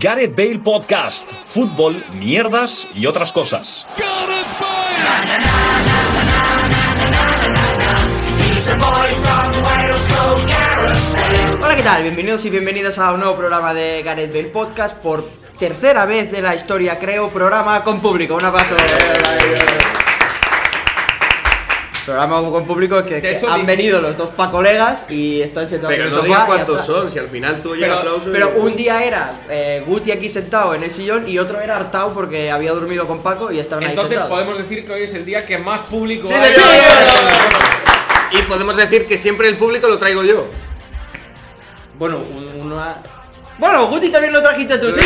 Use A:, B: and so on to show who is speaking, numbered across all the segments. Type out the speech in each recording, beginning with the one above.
A: Gareth Bale Podcast, fútbol, mierdas y otras cosas.
B: Hola, ¿qué tal? Bienvenidos y bienvenidas a un nuevo programa de Gareth Bale Podcast por tercera vez de la historia, creo, programa con público. Un aplauso. Programa con público que, que
C: hecho,
B: han
C: di-
B: venido los dos pa colegas y están sentados en
D: Pero
B: el
D: no
B: sofá
D: digas
B: y
D: cuántos
B: aplausos.
D: son, si al final tú oyes
B: Pero,
D: aplausos.
B: pero
D: y-
B: un día era eh, Guti aquí sentado en el sillón y otro era Artau porque había dormido con Paco y estaban ahí
C: Entonces
B: sentados.
C: podemos decir que hoy es el día que más público
D: ¡Sí,
C: hay.
D: señor! Y podemos decir que siempre el público lo traigo yo.
B: Bueno, un- una... Bueno, Guti también lo trajiste tú, sí.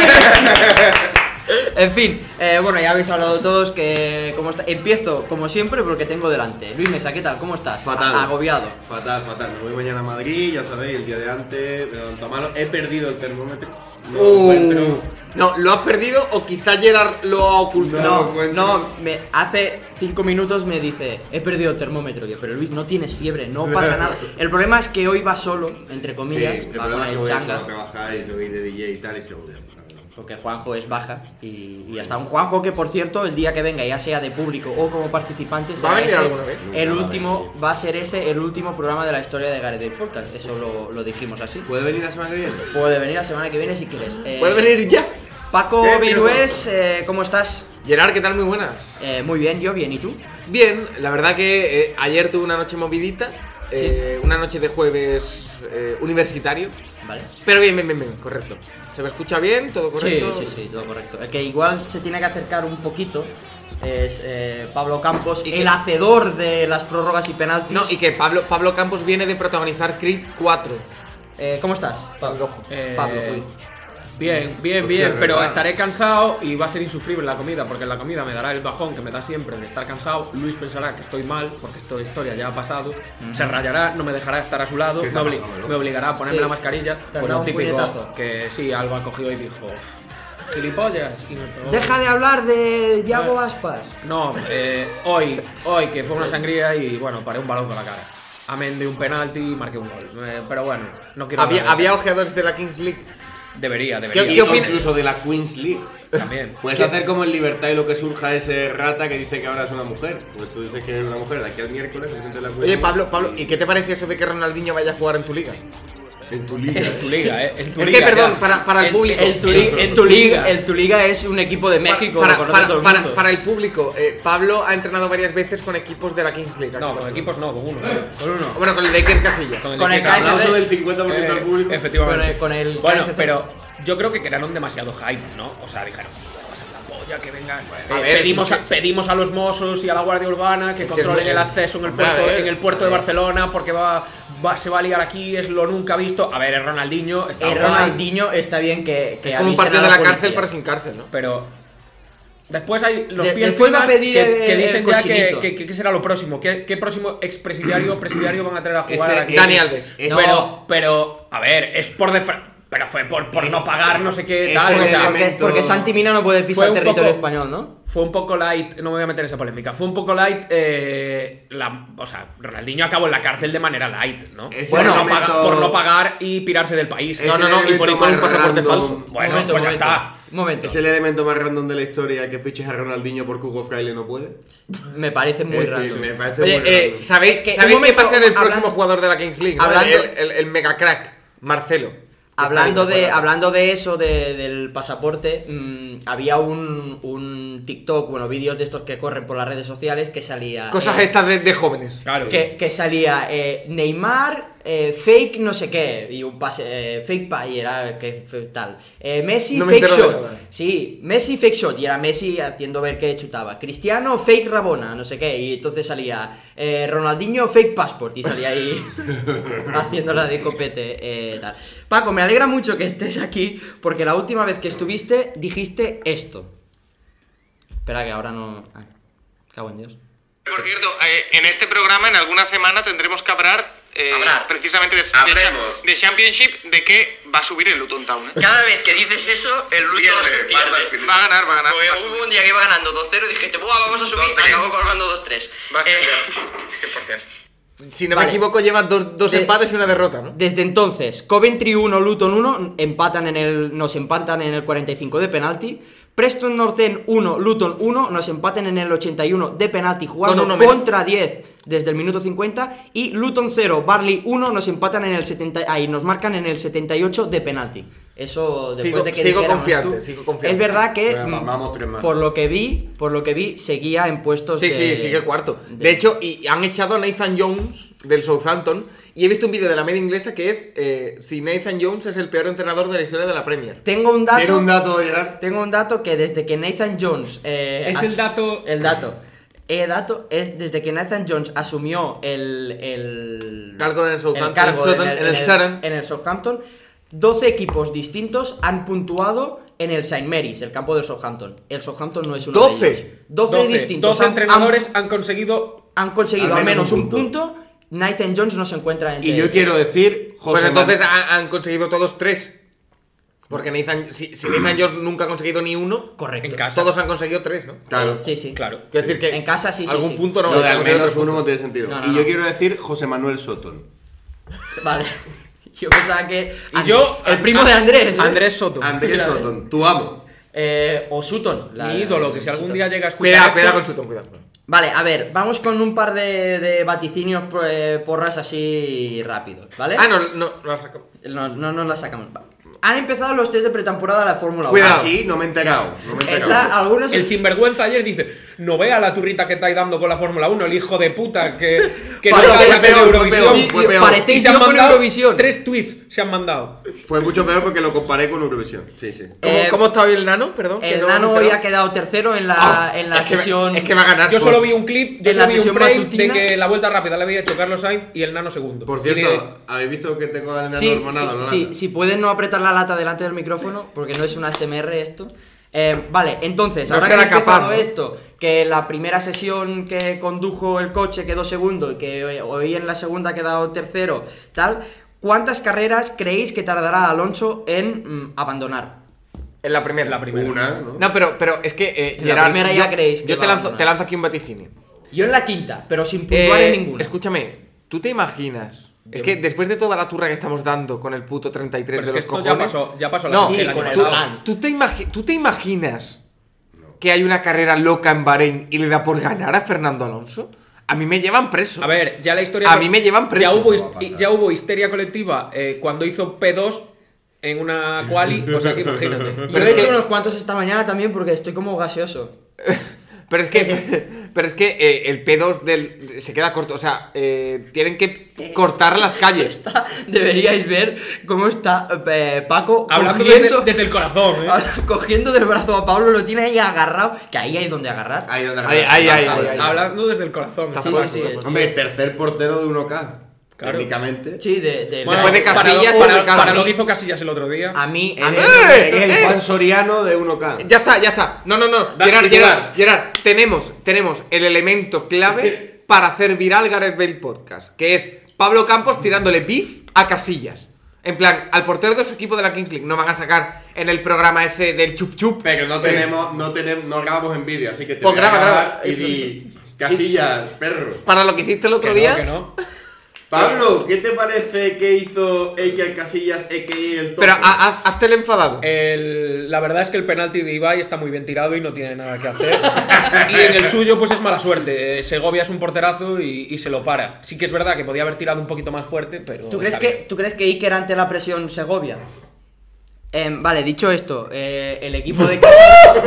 B: en fin, eh, bueno, ya habéis hablado todos que... ¿cómo está? Empiezo, como siempre, porque tengo delante. Luis Mesa, ¿qué tal? ¿Cómo estás?
D: Fatal.
B: A- Agobiado.
D: Fatal, fatal. Me voy mañana a Madrid, ya sabéis, el día de antes, me levanto a mano. He perdido el termómetro. No lo encuentro.
E: Uh. No, ¿lo has perdido o quizá Gerard lo ha ocultado?
D: lo
B: No,
D: encuentro.
B: no, me, hace cinco minutos me dice, he perdido el termómetro. Yo, pero Luis, no tienes fiebre, no pasa nada. El problema es que hoy va solo, entre
D: Sí,
B: comillas,
D: el
B: va con
D: problema es que
B: el
D: voy a
B: changa.
D: solo a trabajar y no voy de DJ y tal. Y se voy a pasar.
B: Porque Juanjo es baja y, y hasta un Juanjo que por cierto el día que venga ya sea de público o como participante será
E: a venir
B: ese
E: alguna vez?
B: el
D: Nunca va a
B: último va a ser ese el último programa de la historia de Gareth Bale Podcast eso lo, lo dijimos así
D: ¿Puede venir la semana que viene?
B: puede venir la semana que viene si quieres Eh,
E: ¿Puede venir ya?
B: Paco
D: Eh, tío.
B: Virués eh, cómo estás
E: Gerard, ¿qué tal? Muy buenas.
B: Eh, muy bien yo bien y tú
E: Bien, la verdad que eh, ayer tuve una noche movidita, eh, una noche de jueves eh, universitario.
B: vale
E: Pero bien, bien, bien, bien, correcto. ¿Se me escucha bien? ¿Todo correcto?
B: sí sí sí todo correcto el que igual se tiene que acercar un poquito es eh, Pablo Campos
E: Y
B: el
E: que-
B: hacedor de las prórrogas y penaltis
E: No, y que Pablo, Pablo Campos viene de protagonizar Creed 4.
B: Eh, cómo estás Pablo
C: Eh,
B: Pablo uy.
C: Bien, bien,
D: Hostia,
C: bien, pero
D: verdad.
C: estaré cansado y va a ser insufrible la comida, porque la comida me dará el bajón que me da siempre de estar cansado. Luis pensará que estoy mal, porque esta historia ya ha pasado. Se rayará, no me dejará estar a su lado,
D: ¿Qué
C: me,
D: te ha
C: obli-
D: pasado, loco?
C: me obligará a ponerme
B: Sí.
C: la mascarilla.
B: Te has
C: Pues
B: dado
C: lo
B: un
C: típico
B: puñetazo.
C: que sí, Alba cogió y dijo, "Uf, gilipollas, y nos pegó.
B: Deja de hablar de Yago Aspas.
C: No, eh, hoy, hoy que fue una sangría y bueno, paré un balón con la cara. Amén de un penalti y marqué un gol. Eh, pero bueno, no quiero.
E: Había,
C: hablar de-
E: había ojeadores de la Kings League.
C: Debería, debería.
E: ¿Qué-
D: Y
E: qué opina-
D: Incluso de la Queens League.
C: También.
D: Puedes
E: ¿Qué?
D: hacer como en libertad y lo que surja ese rata que dice que ahora es una mujer. Pues tú dices que es una mujer de aquí al miércoles, se siente en la Queens
E: Oye,
D: League
E: Pablo, Pablo, ¿y qué te parece eso de que Ronaldinho vaya a jugar en tu liga?
D: En tu liga.
C: En tu liga, eh. En tu
E: Es que,
C: liga,
E: perdón,
C: ya.
E: para, para el
C: En-
E: público.
B: El Tuli- el Tuliga, el Tuliga es un equipo de
E: Pa-
B: México,
E: para,
B: lo conoce
E: para-
B: todo el
E: para-
B: mundo.
E: para el público, eh, Pablo ha entrenado varias veces con equipos de la Kings League.
C: No,
E: Aquí.
C: con equipos no, con uno.
B: con uno.
E: Bueno, con el de Iker Casilla.
B: Con
C: de
B: el
C: que
B: KFC.
C: hablamos.
D: Aplauso del 50%
C: Eh,
D: del público.
C: Efectivamente.
B: Con el- con el
C: bueno,
B: KFC.
C: pero yo creo que crearon demasiado hype, ¿no? O sea, dijeron, "Tío, va a ser la polla, que vengan.
E: A
C: Eh,
E: ver,
C: pedimos,
E: es
C: a, pedimos a los mozos y a la Guardia Urbana que
E: Es que
C: controlen
E: es-
C: el acceso en el
E: Hombre, a
C: puerto,
E: ver,
C: en el puerto de Barcelona porque va, va- se va a liar aquí, es lo nunca visto. A ver, es Ronaldinho, está
B: El
C: guay,
B: Ronaldinho está bien que, que
E: es como un
B: avisen
E: partido
B: a
E: de la
B: policía.
E: cárcel pero sin cárcel, ¿no?
C: Pero después hay los
B: De-
C: pies
B: después va a
C: finas
B: pedir
C: que, que
B: el- el
C: dicen ya que,
B: cochinito.
C: que- que- que será lo próximo. ¿Qué, qué próximo expresidiario o presidiario van a traer a jugar
D: Ese-
C: a la que-
E: Dani Alves.
D: ese-
C: Pero, pero, a ver, es por defra- Pero fue por, por no pagar, no sé qué
D: Ese
C: tal. o
B: Porque,
C: sea,
D: elemento-
B: porque, porque Santi Mina no puede
C: Ah, Fue
B: pisar
C: un
B: territorio
C: poco-
B: español, ¿no?
C: fue un poco light, no me voy a meter en esa polémica. Fue un poco light, eh, la, o sea, Ronaldinho acabó en la cárcel de manera light, ¿no?
D: Ese
C: por, no
D: elemento-
C: pagar, por no pagar y pirarse del país.
D: Ese
C: No, no, no, y por ir con un
D: elemento más
C: pasaporte
D: random.
C: falso. Bueno,
B: momento,
C: pues ya
B: momento,
C: está.
B: Un momento.
D: ¿Es el elemento más random de la historia que fiches a Ronaldinho porque Hugo Fraile no puede?
B: Me parece muy
D: Es decir,
B: raro.
D: Eh, Me parece
E: Oye,
D: muy
E: eh,
D: random.
E: ¿sabéis,
B: Es que,
E: ¿sabéis
B: un
E: qué
B: momento,
E: va a ser el
B: hablando-
E: próximo jugador de la Kings League? no?
B: hablando-
E: el, el- el mega crack, Marcelo.
B: Hablando
E: Está bien,
B: de,
E: bueno.
B: hablando de eso, de- del pasaporte, mm, había un, un TikTok, bueno, vídeos de estos que corren por las redes sociales que salía...
E: Cosas
B: eh,
E: estas de, de jóvenes.
C: Claro.
B: Que, que salía eh, Neymar, eh, fake no sé qué, y un pase, eh, fake pa, y era que f- tal. Eh, Messi,
E: No me
B: fake
E: entero de
B: shot.
E: nada.
B: Sí, Messi, fake shot, y era Messi haciendo ver que chutaba. Cristiano, fake Rabona, no sé qué, y entonces salía eh, Ronaldinho, fake passport, y salía ahí haciéndola de copete. eh, tal. Paco, me alegra mucho que estés aquí, porque la última vez que estuviste dijiste esto. Espera, que ahora no. ah, cago en Dios.
F: Por cierto, eh, en este programa en alguna semana tendremos que hablar eh,
G: Hablar.
F: precisamente de, de
G: Hablemos.
F: cha- de Championship, de que va a subir el Luton Town. ¿eh?
G: Cada vez que dices eso, el Luton pierde.
F: Pierde, Va a ganar, va a ganar.
G: Pues
F: va a
G: hubo
F: subir.
G: un día que iba ganando 2-0 y dijiste, ¡buah, vamos a subir!
F: 2-3.
G: Acabó colgando 2-3.
F: Va a
G: Eh,
F: ser 100%.
E: Si no
B: Vale.
E: me equivoco, lleva dos, dos
B: De-
E: empates y una derrota, ¿no?
B: Desde entonces, Coventry 1, Luton 1, empatan en el, nos empatan en el 45 de penalti. Preston Norten 1, Luton 1, nos empatan en el 81 de penalti jugando
E: Con uno menos.
B: contra 10 desde el minuto 50. Y Luton 0, Barley 1, nos empatan en el 70, ahí nos marcan en el 78 de penalti. Eso después
E: Sigo-
B: de que
E: sigo
B: dijéramos
E: confiante,
B: tú.
E: sigo confiante.
B: Es verdad que
D: Venga,
B: mm,
D: vamos, tres más.
B: por lo que vi, por lo que vi seguía en puestos
E: Sí,
B: de-
E: sí, sigue cuarto. De hecho, y han echado a Nathan Jones del Southampton. Y he visto un vídeo de la media inglesa que es eh, si Nathan Jones es el peor entrenador de la historia de la Premier.
B: tengo un dato
D: Tiene un dato, Gerard.
B: Tengo un dato que desde que Nathan Jones. eh,
C: Es
B: as-
C: el dato-
B: El dato. El dato es desde que Nathan Jones asumió el. El
E: Cargo en el Southampton,
B: el cargo
E: Southern- en el Southern.
B: en el Southampton. 12 equipos distintos han puntuado en el Saint Mary's, el campo del Southampton. El Southampton no es uno de
E: 12.
B: ellos. 12, distintos.
C: Dos
B: Han-
C: entrenadores han conseguido.
B: Han, han conseguido al menos, un punto. Nathan Jones no se encuentra entre
D: Y yo
B: ellos.
D: quiero decir, José
E: pues entonces
D: Manuel-
E: han, han conseguido todos tres. Porque Nathan, si, si Nathan Jones nunca ha conseguido ni uno,
B: Correcto.
C: En casa.
E: todos han conseguido tres, ¿no?
D: Claro.
B: Sí, sí.
C: Claro.
E: Quiero decir que
B: En casa sí, sí,
E: algún
B: sí.
E: punto no
D: Lo de al
E: no tiene
D: menos
E: otro
D: uno
E: punto.
D: no tiene sentido.
B: No, no,
D: y
B: no.
D: yo quiero decir José Manuel Sotón.
B: Vale. Yo pensaba que.
C: Y yo. Ah,
B: El primo de Andrés. ¿eh?
C: Andrés Soto.
D: Andrés Sotón, tu amo.
B: Eh, o Sutton. la-
C: mi ídolo, que si algún
B: Sutton.
C: día llega a escuchar.
E: Cuidado,
C: esto-
E: cuidado con Sutton, cuidado.
B: Vale, a ver, vamos con un par de, de vaticinios eh, porras así rápido, ¿vale?
E: Ah, no, no, no la saco.
B: No, no nos la sacamos. Va. Han empezado los test de pretemporada de la Fórmula 1.
E: Cuidado.
D: Ah, sí, no me he enterado. No me he
B: Está,
D: enterado.
B: algunos...
C: El sinvergüenza ayer dice: No vea la turrita que estáis dando con la Fórmula 1, el hijo de puta que, que no
B: Vale,
C: da
B: fue
C: la
D: peor, fue
C: Eurovisión.
D: peor, fue
C: Y- y-
D: peor.
C: y
B: Parecéis
C: se han
B: yo con
C: mandado
B: Eurovisión.
C: Tres tweets se han mandado.
D: Fue mucho peor porque lo comparé con Eurovisión. Sí, sí.
E: ¿Cómo,
B: Eh,
E: cómo está hoy el nano? Perdón. que
B: El
E: no me he
B: nano hoy
E: enterado.
B: ha quedado tercero en la,
E: Ah,
B: en la
E: es que va-
B: sesión...
E: es que va a ganar.
C: Yo
E: por-
C: solo vi un clip, yo
B: en la
C: solo vi un
B: sesión
C: frame
B: matutina.
C: de que la vuelta rápida la había hecho Carlos Sainz y el nano segundo.
D: Por
C: Y de-
D: cierto, ¿habéis visto que tengo el enano
B: Sí,
D: hormonado?
B: sí,
D: no,
B: sí,
D: nada?
B: si pueden no apretar la lata delante del micrófono, porque no es una SMR esto. Eh, vale, entonces,
E: No
B: ahora que
E: será
B: ha empezado
E: capaz, ¿no?
B: esto, que la primera sesión que condujo el coche quedó segundo y que eh, hoy en la segunda ha quedado tercero, tal, ¿cuántas carreras creéis que tardará Alonso en mm, abandonar?
E: En la primera.
C: La primera.
D: Una, ¿no?
E: No, pero, pero es que, eh,
B: En la primera ya
E: yo,
B: creéis que
E: yo
B: va
E: te
B: a
E: lanzo,
B: ganar.
E: te lanzo aquí un vaticinio.
B: Yo en la quinta, pero sin puntuar
E: Eh,
B: en ninguna.
E: Escúchame, ¿tú te imaginas? Es que después de toda la turra que estamos dando con el puto 33
C: Pero es
E: de
C: que
E: los
C: esto ya
E: cojones.
C: pasó- ya pasó la-
E: no,
B: sí,
C: el año
B: con el
E: ¿tú,
C: pasado.
B: Durán.
E: tú te imagi- ¿Tú te imaginas que hay una carrera loca en Bahrein y le da por ganar a Fernando Alonso? A mí me llevan preso.
C: A ver, ya la historia.
E: A mí me llevan preso.
C: Ya hubo, his-
D: No va a pasar.
C: ya hubo histeria colectiva eh, cuando hizo P2 en una quali. O sea que imagínate.
B: Yo
E: pero
B: he
E: es
B: hecho
E: que-
B: unos cuantos esta mañana también porque estoy como gaseoso.
E: Pero es que, pero es que eh, el P2 del, se queda corto. O sea, eh, tienen que cortar las calles.
B: Está- deberíais ver cómo está eh, Paco
C: Hablando
B: cogiendo-
C: desde, desde el corazón, ¿eh?
B: cogiendo del brazo a Pablo, lo tiene ahí agarrado, que ahí hay donde agarrar.
D: Ahí donde
E: Ahí, ahí, ahí, ahí,
B: Ah,
E: pues, ahí.
C: Hablando desde el corazón.
B: Sí,
E: Tampoco-
B: sí, sí.
D: Hombre, tercer portero de 1K.
C: Claro.
D: Técnicamente.
B: Sí, de, de-
C: Bueno,
E: Después de
C: para lo-
E: Casillas,
C: para,
E: Ricardo.
C: para lo que hizo Casillas el otro día.
B: A mí, a mí-
D: Eres,
E: ¡Eh!
D: eres el
E: ¡Eh!
D: Juan Soriano de 1K.
E: Ya está, ya está. No, no, no.
D: Da-
E: Gerard,
D: titular.
E: Gerard, Gerard, tenemos, tenemos el elemento clave para hacer viral Gareth Bale Podcast, que es Pablo Campos tirándole beef a casillas. En plan, al portero de su equipo de la Kings League no van a sacar en el programa ese del chup chup.
D: Pero no tenemos, no tenemos, no grabamos en vídeo, así que te
E: Eh. Pues
D: voy a
E: graba,
D: grabar
E: graba.
D: y
E: Eso,
D: di casillas, perro.
E: Para lo que hiciste el
C: Que
E: otro
C: no,
E: día.
C: que no.
D: Pablo, ¿qué te parece que hizo Iker Casillas, a.k.a. el
E: Pero
D: topo?
E: ha- ha- hazte el enfadado.
D: Eh,
C: El- la verdad es que el penalti de Ibai está muy bien tirado y no tiene nada que hacer. y en el suyo, pues es mala suerte. Eh, Segovia es un porterazo y, y se lo para. Sí que es verdad que podía haber tirado un poquito más fuerte, pero.
B: ¿tú, crees
C: está
B: que, ¿tú crees que Iker ante la presión Segovia? Em, vale, dicho esto, eh, el equipo de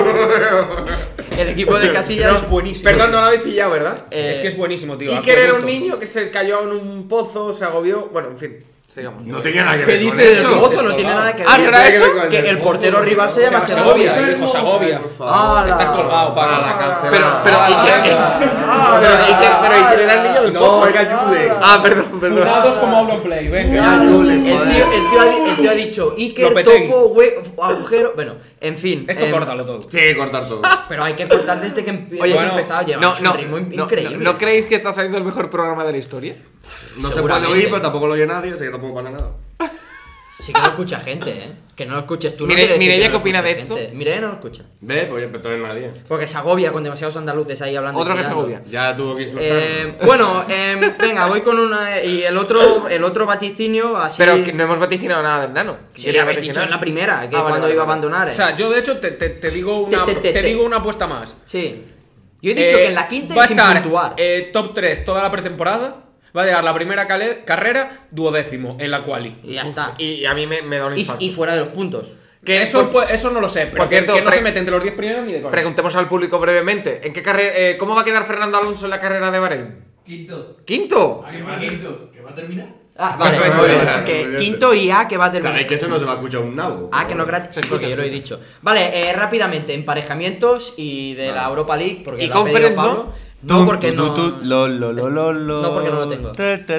B: el equipo de Casillas
C: No, es buenísimo.
E: Perdón, no lo habéis pillado, ¿verdad?
B: Eh,
C: es que es buenísimo, tío.
E: y que era un
C: Acueducto.
E: niño que se cayó en un pozo, se agobió. Bueno, en fin. Sigamos.
D: No tenía nada que
B: ¿Qué
D: ver con
B: dice del
D: eso.
B: Bozo? No
C: Esto,
B: tiene
C: va.
B: nada que ver.
E: Ah, ¿no era eso?
B: Que el portero rival se llama Segovia.
C: Segovia, hijo Segovia.
D: Por favor.
B: ¡Hala!
C: Estás colgado, Paco.
D: Ah, cancelada.
E: Pero, pero,
C: Ah,
E: ¿y qué?
B: ah,
E: pero, ¿y qué?
B: ah,
E: Pero, ¿y qué era el niño del pozo?
D: No, era Jude.
E: Ah, perdón, perdón.
C: Funados como Auronplay,
D: Ya,
C: venga.
D: no.
B: El tío, el tío ha, el tío ha dicho Iker,
C: Lopetegui.
B: topo, hue- agujero. Bueno, en fin.
C: Esto
B: em,
C: córtalo todo.
D: Sí, cortar todo.
B: Pero hay que cortar desde que empe-
E: Oye,
B: hemos
C: bueno,
B: empezado. Llevamos
E: No, no,
B: un ritmo in-
E: no,
B: increíble.
E: no, ¿no creéis que está saliendo el mejor programa de la historia?
D: No se puede
B: Seguramente.
D: oír, pero tampoco lo oye nadie, así que tampoco pasa nada.
B: Sí que lo escucha gente, ¿eh? Que no lo escuches tú. no
E: Mire-
B: quiere decir
E: Mireia,
B: que no
E: ¿qué
B: lo
E: opina
B: escuche
E: de esto?
B: gente. Mireia no lo escucha.
D: ¿Ve? Pues ya es nadie.
B: Porque se agobia con demasiados andaluces ahí hablando. y
E: Otro que se
B: chillando.
E: agobia.
D: Ya tuvo que ir
B: Eh, bueno, em, venga, voy con una. eh, Y el otro, el otro vaticinio, así.
E: Pero que no hemos vaticinado nada del nano.
B: Sí,
E: ¿Quieres
B: habéis
E: vaticinar?
B: dicho en la primera, que
E: Ah, vale,
B: cuando
E: vale,
B: iba a
E: vale.
B: abandonar.
C: O
B: eh.
C: sea, yo de hecho te, te- te digo,
B: Te-
C: una,
B: te- te-
C: te
B: te.
C: digo una apuesta más.
B: sí. Yo he dicho
C: Eh,
B: que en la quinta
C: va
B: y
C: a
B: sin
C: estar
B: puntuar.
C: eh, top 3 toda la pretemporada. Va a llegar la primera cale- carrera, duodécimo, en la quali.
B: y ya está.
E: Y, y a mí me, me da un
B: Y,
E: infarto.
B: y fuera de los puntos.
C: Que eso, fue- eso no lo sé, pero
E: por
C: que-
E: cierto,
C: que no
E: pre-
C: se mete entre los 10 primeros ni de coña.
E: Preguntemos al público brevemente. ¿En qué carrera, eh, ¿Cómo va a quedar Fernando Alonso en la carrera de Bahrein?
H: Quinto.
E: ¿Quinto?
H: ¿Qué va, quinto? ¿Que va a terminar?
B: Ah, vale,
E: Perfecto,
B: muy bien.
D: perfecto,
B: Que
D: perfecto.
B: quinto y A que va a terminar.
D: Sabéis que eso no se va a escuchar un nabo.
B: Ah, que no es gratis. Sí, porque yo lo he dicho. Vale, eh, rápidamente, emparejamientos y de la Europa League. Porque
E: ¿Y
B: lo ha pedido
E: Conference, no?
B: Pablo. No, porque no. No, porque no lo tengo.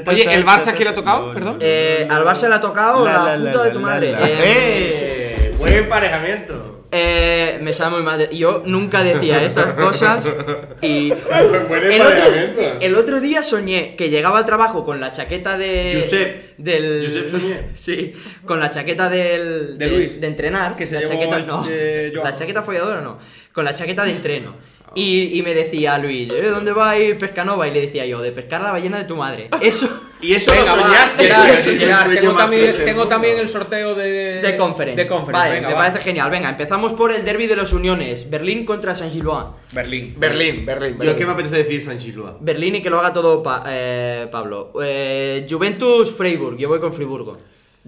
E: Oye, ¿el Barça quién le ha tocado? Perdón.
B: Eh, al Barça le ha tocado la,
H: La, la,
B: puta
H: la,
B: de
H: la,
B: tu
H: la,
B: madre.
H: la.
B: Eh,
D: ¡Eh! Buen emparejamiento.
B: eh, me sabe muy mal. de- Yo nunca decía estas cosas. Y.
D: Buen
B: El otro,
D: emparejamiento.
B: el otro día soñé que llegaba al trabajo con la chaqueta de.
D: Josep.
B: Del,
D: Josep soñé.
B: Sí, con la chaqueta del.
C: De Luis.
B: De entrenar.
C: Que se
B: la
C: llevó
B: chaqueta,
C: el-
B: no,
C: de Joao.
B: La chaqueta folladora no. Con la chaqueta de entreno. Y, y me decía Luis, "Eh, ¿dónde va a ir Pescanova? Y le decía yo, de pescar la ballena de tu madre. Eso.
D: Y eso
C: Venga,
D: lo
C: va,
D: soñaste.
C: Gerard,
D: pero sí,
C: Gerard,
D: el sueño
C: tengo,
D: más
C: también,
D: triste del
C: tengo
D: mundo.
C: también el sorteo de.
B: De conference.
C: De conference,
B: Vale,
C: venga,
B: me
C: va.
B: parece genial. Venga, empezamos por el derby de las uniones. Berlín contra San Gilloan.
C: Berlín.
E: Berlín, Berlín.
D: Yo es
E: Berlín.
D: que me apetece decir San Chilua.
B: Berlín y que lo haga todo Pa- eh, Pablo. Eh, Juventus Freiburg. Yo voy con Friburgo.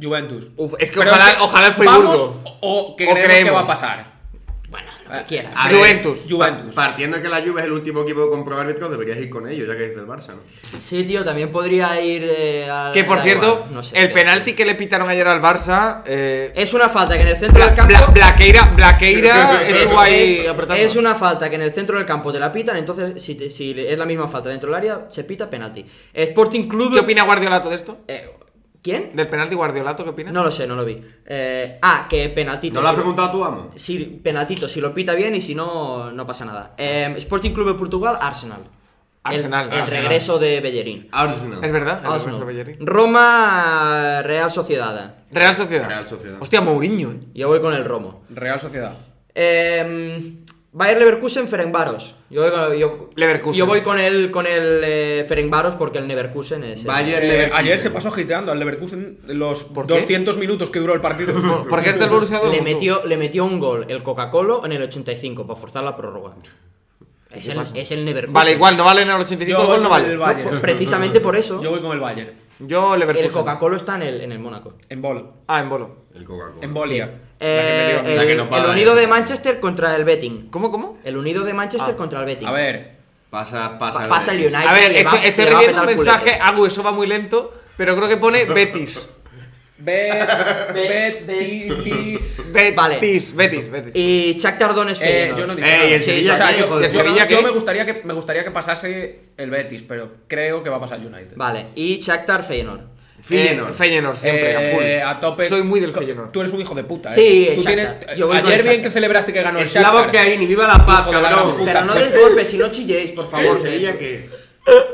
C: Juventus.
E: Uf, es que
C: Pero
E: ojalá,
C: que-
E: ojalá el
C: ¿Vamos
E: Friburgo.
C: o que
E: O
C: creemos, que
E: creemos.
C: va a pasar?
B: Bueno, lo
E: Ah,
B: que quieras.
E: A Juventus.
C: Juventus.
D: Partiendo de que la Juve es el último equipo que compró árbitros, deberías ir con ellos, ya que eres del Barça, ¿no?
B: Sí, tío, también podría ir eh, a-
E: Que por
B: da
E: cierto,
B: igual, no sé,
E: el
B: que-
E: penalti que le pitaron ayer al Barça. Eh,
B: Es una falta que en el centro
E: Bla-
B: del campo.
E: Bla- Blaqueira, Blaqueira
B: Es-
E: estuvo ahí
B: es-
E: apretando.
B: es una falta que en el centro del campo te la pitan, entonces si, te- si es la misma falta dentro del área, se pita penalti. Sporting Club.
E: ¿Qué opina Guardiolato de esto?
B: Eh, ¿Quién?
E: ¿Del penalti Guardiolato qué opina?
B: No lo sé, no lo vi. Eh, ah, que penaltito.
D: ¿No lo has
B: sí.
D: preguntado a tu amo?
B: Sí, penaltito, si lo pita bien y si no, no pasa nada. Eh, Sporting Club de Portugal, Arsenal. El-
E: Arsenal,
B: El,
E: Arsenal.
B: regreso de Bellerín.
D: Arsenal.
E: Es verdad, el
B: Arsenal.
E: Barça Bellerín.
B: Roma, Real Sociedad.
E: Real Sociedad.
D: Real Sociedad.
E: Hostia, Mourinho. eh.
B: Yo voy con el Romo.
C: Real Sociedad.
B: Eh, Bayer Leverkusen, Ferencvaros. Yo, voy con- yo,
E: Leverkusen.
B: yo voy con el, con el eh, Ferencvaros porque el Leverkusen es... el-
D: Bayern
C: Eh,
D: Leverkusen.
C: ayer se pasó agitando al Leverkusen los
E: qué?
C: 200 minutos que duró el partido.
E: Por- este Porque es del Borussia
B: le
E: Dortmund.
B: metió, le metió un gol el Coca-Cola en el 85 para forzar la prórroga. Es el, es el Leverkusen.
E: Vale, igual, no vale en el 85,
C: Yo
E: el gol
C: voy
E: no
C: con
E: vale.
C: el
B: No,
C: Bayern.
B: pues, precisamente por eso
C: Yo voy con el Bayern.
E: Yo
B: el
E: Leverkusen.
B: Coca-Cola está en el, en el Mónaco.
C: En bolo.
E: Ah, en bolo.
D: El Coca-Cola.
C: En bolia.
B: Eh,
C: La que me dio.
D: la que
B: el,
D: nos va a
B: el
D: dar.
B: unido de Manchester contra el Betting.
E: ¿Cómo, cómo?
B: El unido de Manchester contra el Betting.
C: Ah, A ver.
D: Pasa,
B: Pa-
D: pasa.
B: pasa el United.
E: A ver,
B: le va-
E: estoy,
C: este
E: estoy
B: le va a
E: recibiendo un
B: petar el culete.
E: mensaje. Agu, eso va muy lento, pero creo que pone Betis.
C: Bet,
B: Bet-
C: bet, titis.
E: Betis,
B: Vale.
E: Betis, Betis. Eh,
B: Y Shakhtar Donetsk.
C: Eh,
B: Feyenoord.
C: yo no digo
D: Ey,
C: nada.
D: el
B: Sí,
D: Sevilla,
B: o sea,
D: ¿qué,
B: yo-
D: hijo de
E: de
D: puta?
E: Sevilla,
C: yo,
E: ¿qué?
C: me gustaría que me gustaría que pasase el Betis, pero creo que va a pasar el United.
B: Vale, y Shakhtar eh, Feyenoord.
E: Feyenoord.
D: Feyenoord.
E: Feyenoord siempre,
C: Eh,
E: a full.
C: a tope.
E: Soy muy del
C: Co-
E: Feyenoord.
C: Tú eres un hijo de puta, eh.
B: Sí, el
C: Tú
B: Shakhtar.
C: tienes-
B: Yo voy con el
C: ayer bien
B: Shakhtar.
C: que celebraste que ganó el
D: Slavo
C: Shakhtar.
D: que hay, ni viva la paz,
C: Hijo de la gran
D: cabrón.
C: puta.
B: Pero no des golpes si no chilléis, por favor.
D: ¿El
B: que-
D: Sevilla qué?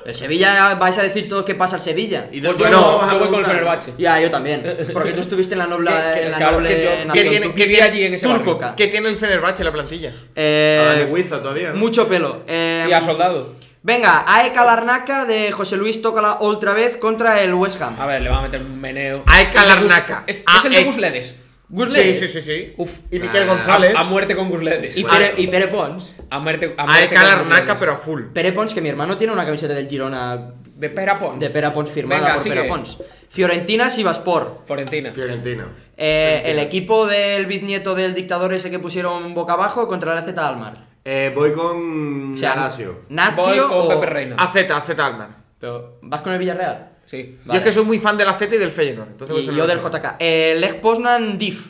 B: El Sevilla vais a decir todo que pasa al Sevilla.
D: Y
C: Pues
D: después
C: yo,
D: no
C: no,
D: vamos a
C: yo voy con el
D: preguntar.
C: Fenerbahce.
B: Ya, yo también. Porque tú estuviste en la noble.
E: Que- que-
B: en la
C: claro,
B: noble
C: que yo-
B: nación
C: que viene-
B: turca.
C: que viene allí en ese barrio.
B: Turcoca.
E: ¿Qué tiene el Fenerbahce en la plantilla?
D: A
B: Eh,
D: Dani Huiza todavía, ¿no?
B: mucho pelo. Eh,
C: Y a Soldado.
B: Venga, AEK Larnaca de José Luis Tócala otra vez contra el West Ham.
C: A ver, le va a meter un meneo. Es
E: AEK
C: el de
E: Larnaca.
C: Gus- Es, es
E: AEK.
C: el de Gusledes.
B: Gusledes.
E: sí, sí.
C: Uf.
E: Ah, eh. Y Miquel
D: Ah,
E: González.
C: A, a muerte con Gusledes.
B: Y, Pere, y Pere Pons.
C: A muerte, a muerte
E: AEK
C: con
E: Larnaca,
C: Gusledes.
E: Ah, pero a full.
B: Pere Pons, que mi hermano tiene una camiseta del Girona
C: De Pera Pons.
B: de Pere Pons firmada
C: Venga,
B: por
C: sigue.
B: Pere Pons. Fiorentina Sivaspor.
C: Florentina.
D: Fiorentina.
B: Eh, el equipo del bisnieto del dictador ese que pusieron boca abajo contra la Z Almar.
D: Eh, voy con
B: O sea,
D: Lazio.
C: Voy
B: Nazio
C: con
B: o...
C: Pepe Reina.
E: AZ, AZ Alman.
B: Pero, ¿Vas con el Villarreal?
C: Sí.
E: Yo es
B: Vale.
E: que soy muy fan del AZ y del Feyenoord. Entonces voy
B: Y
E: con
B: yo
E: el
B: del
E: AZ.
B: JK. Eh, Lech Poznan Div.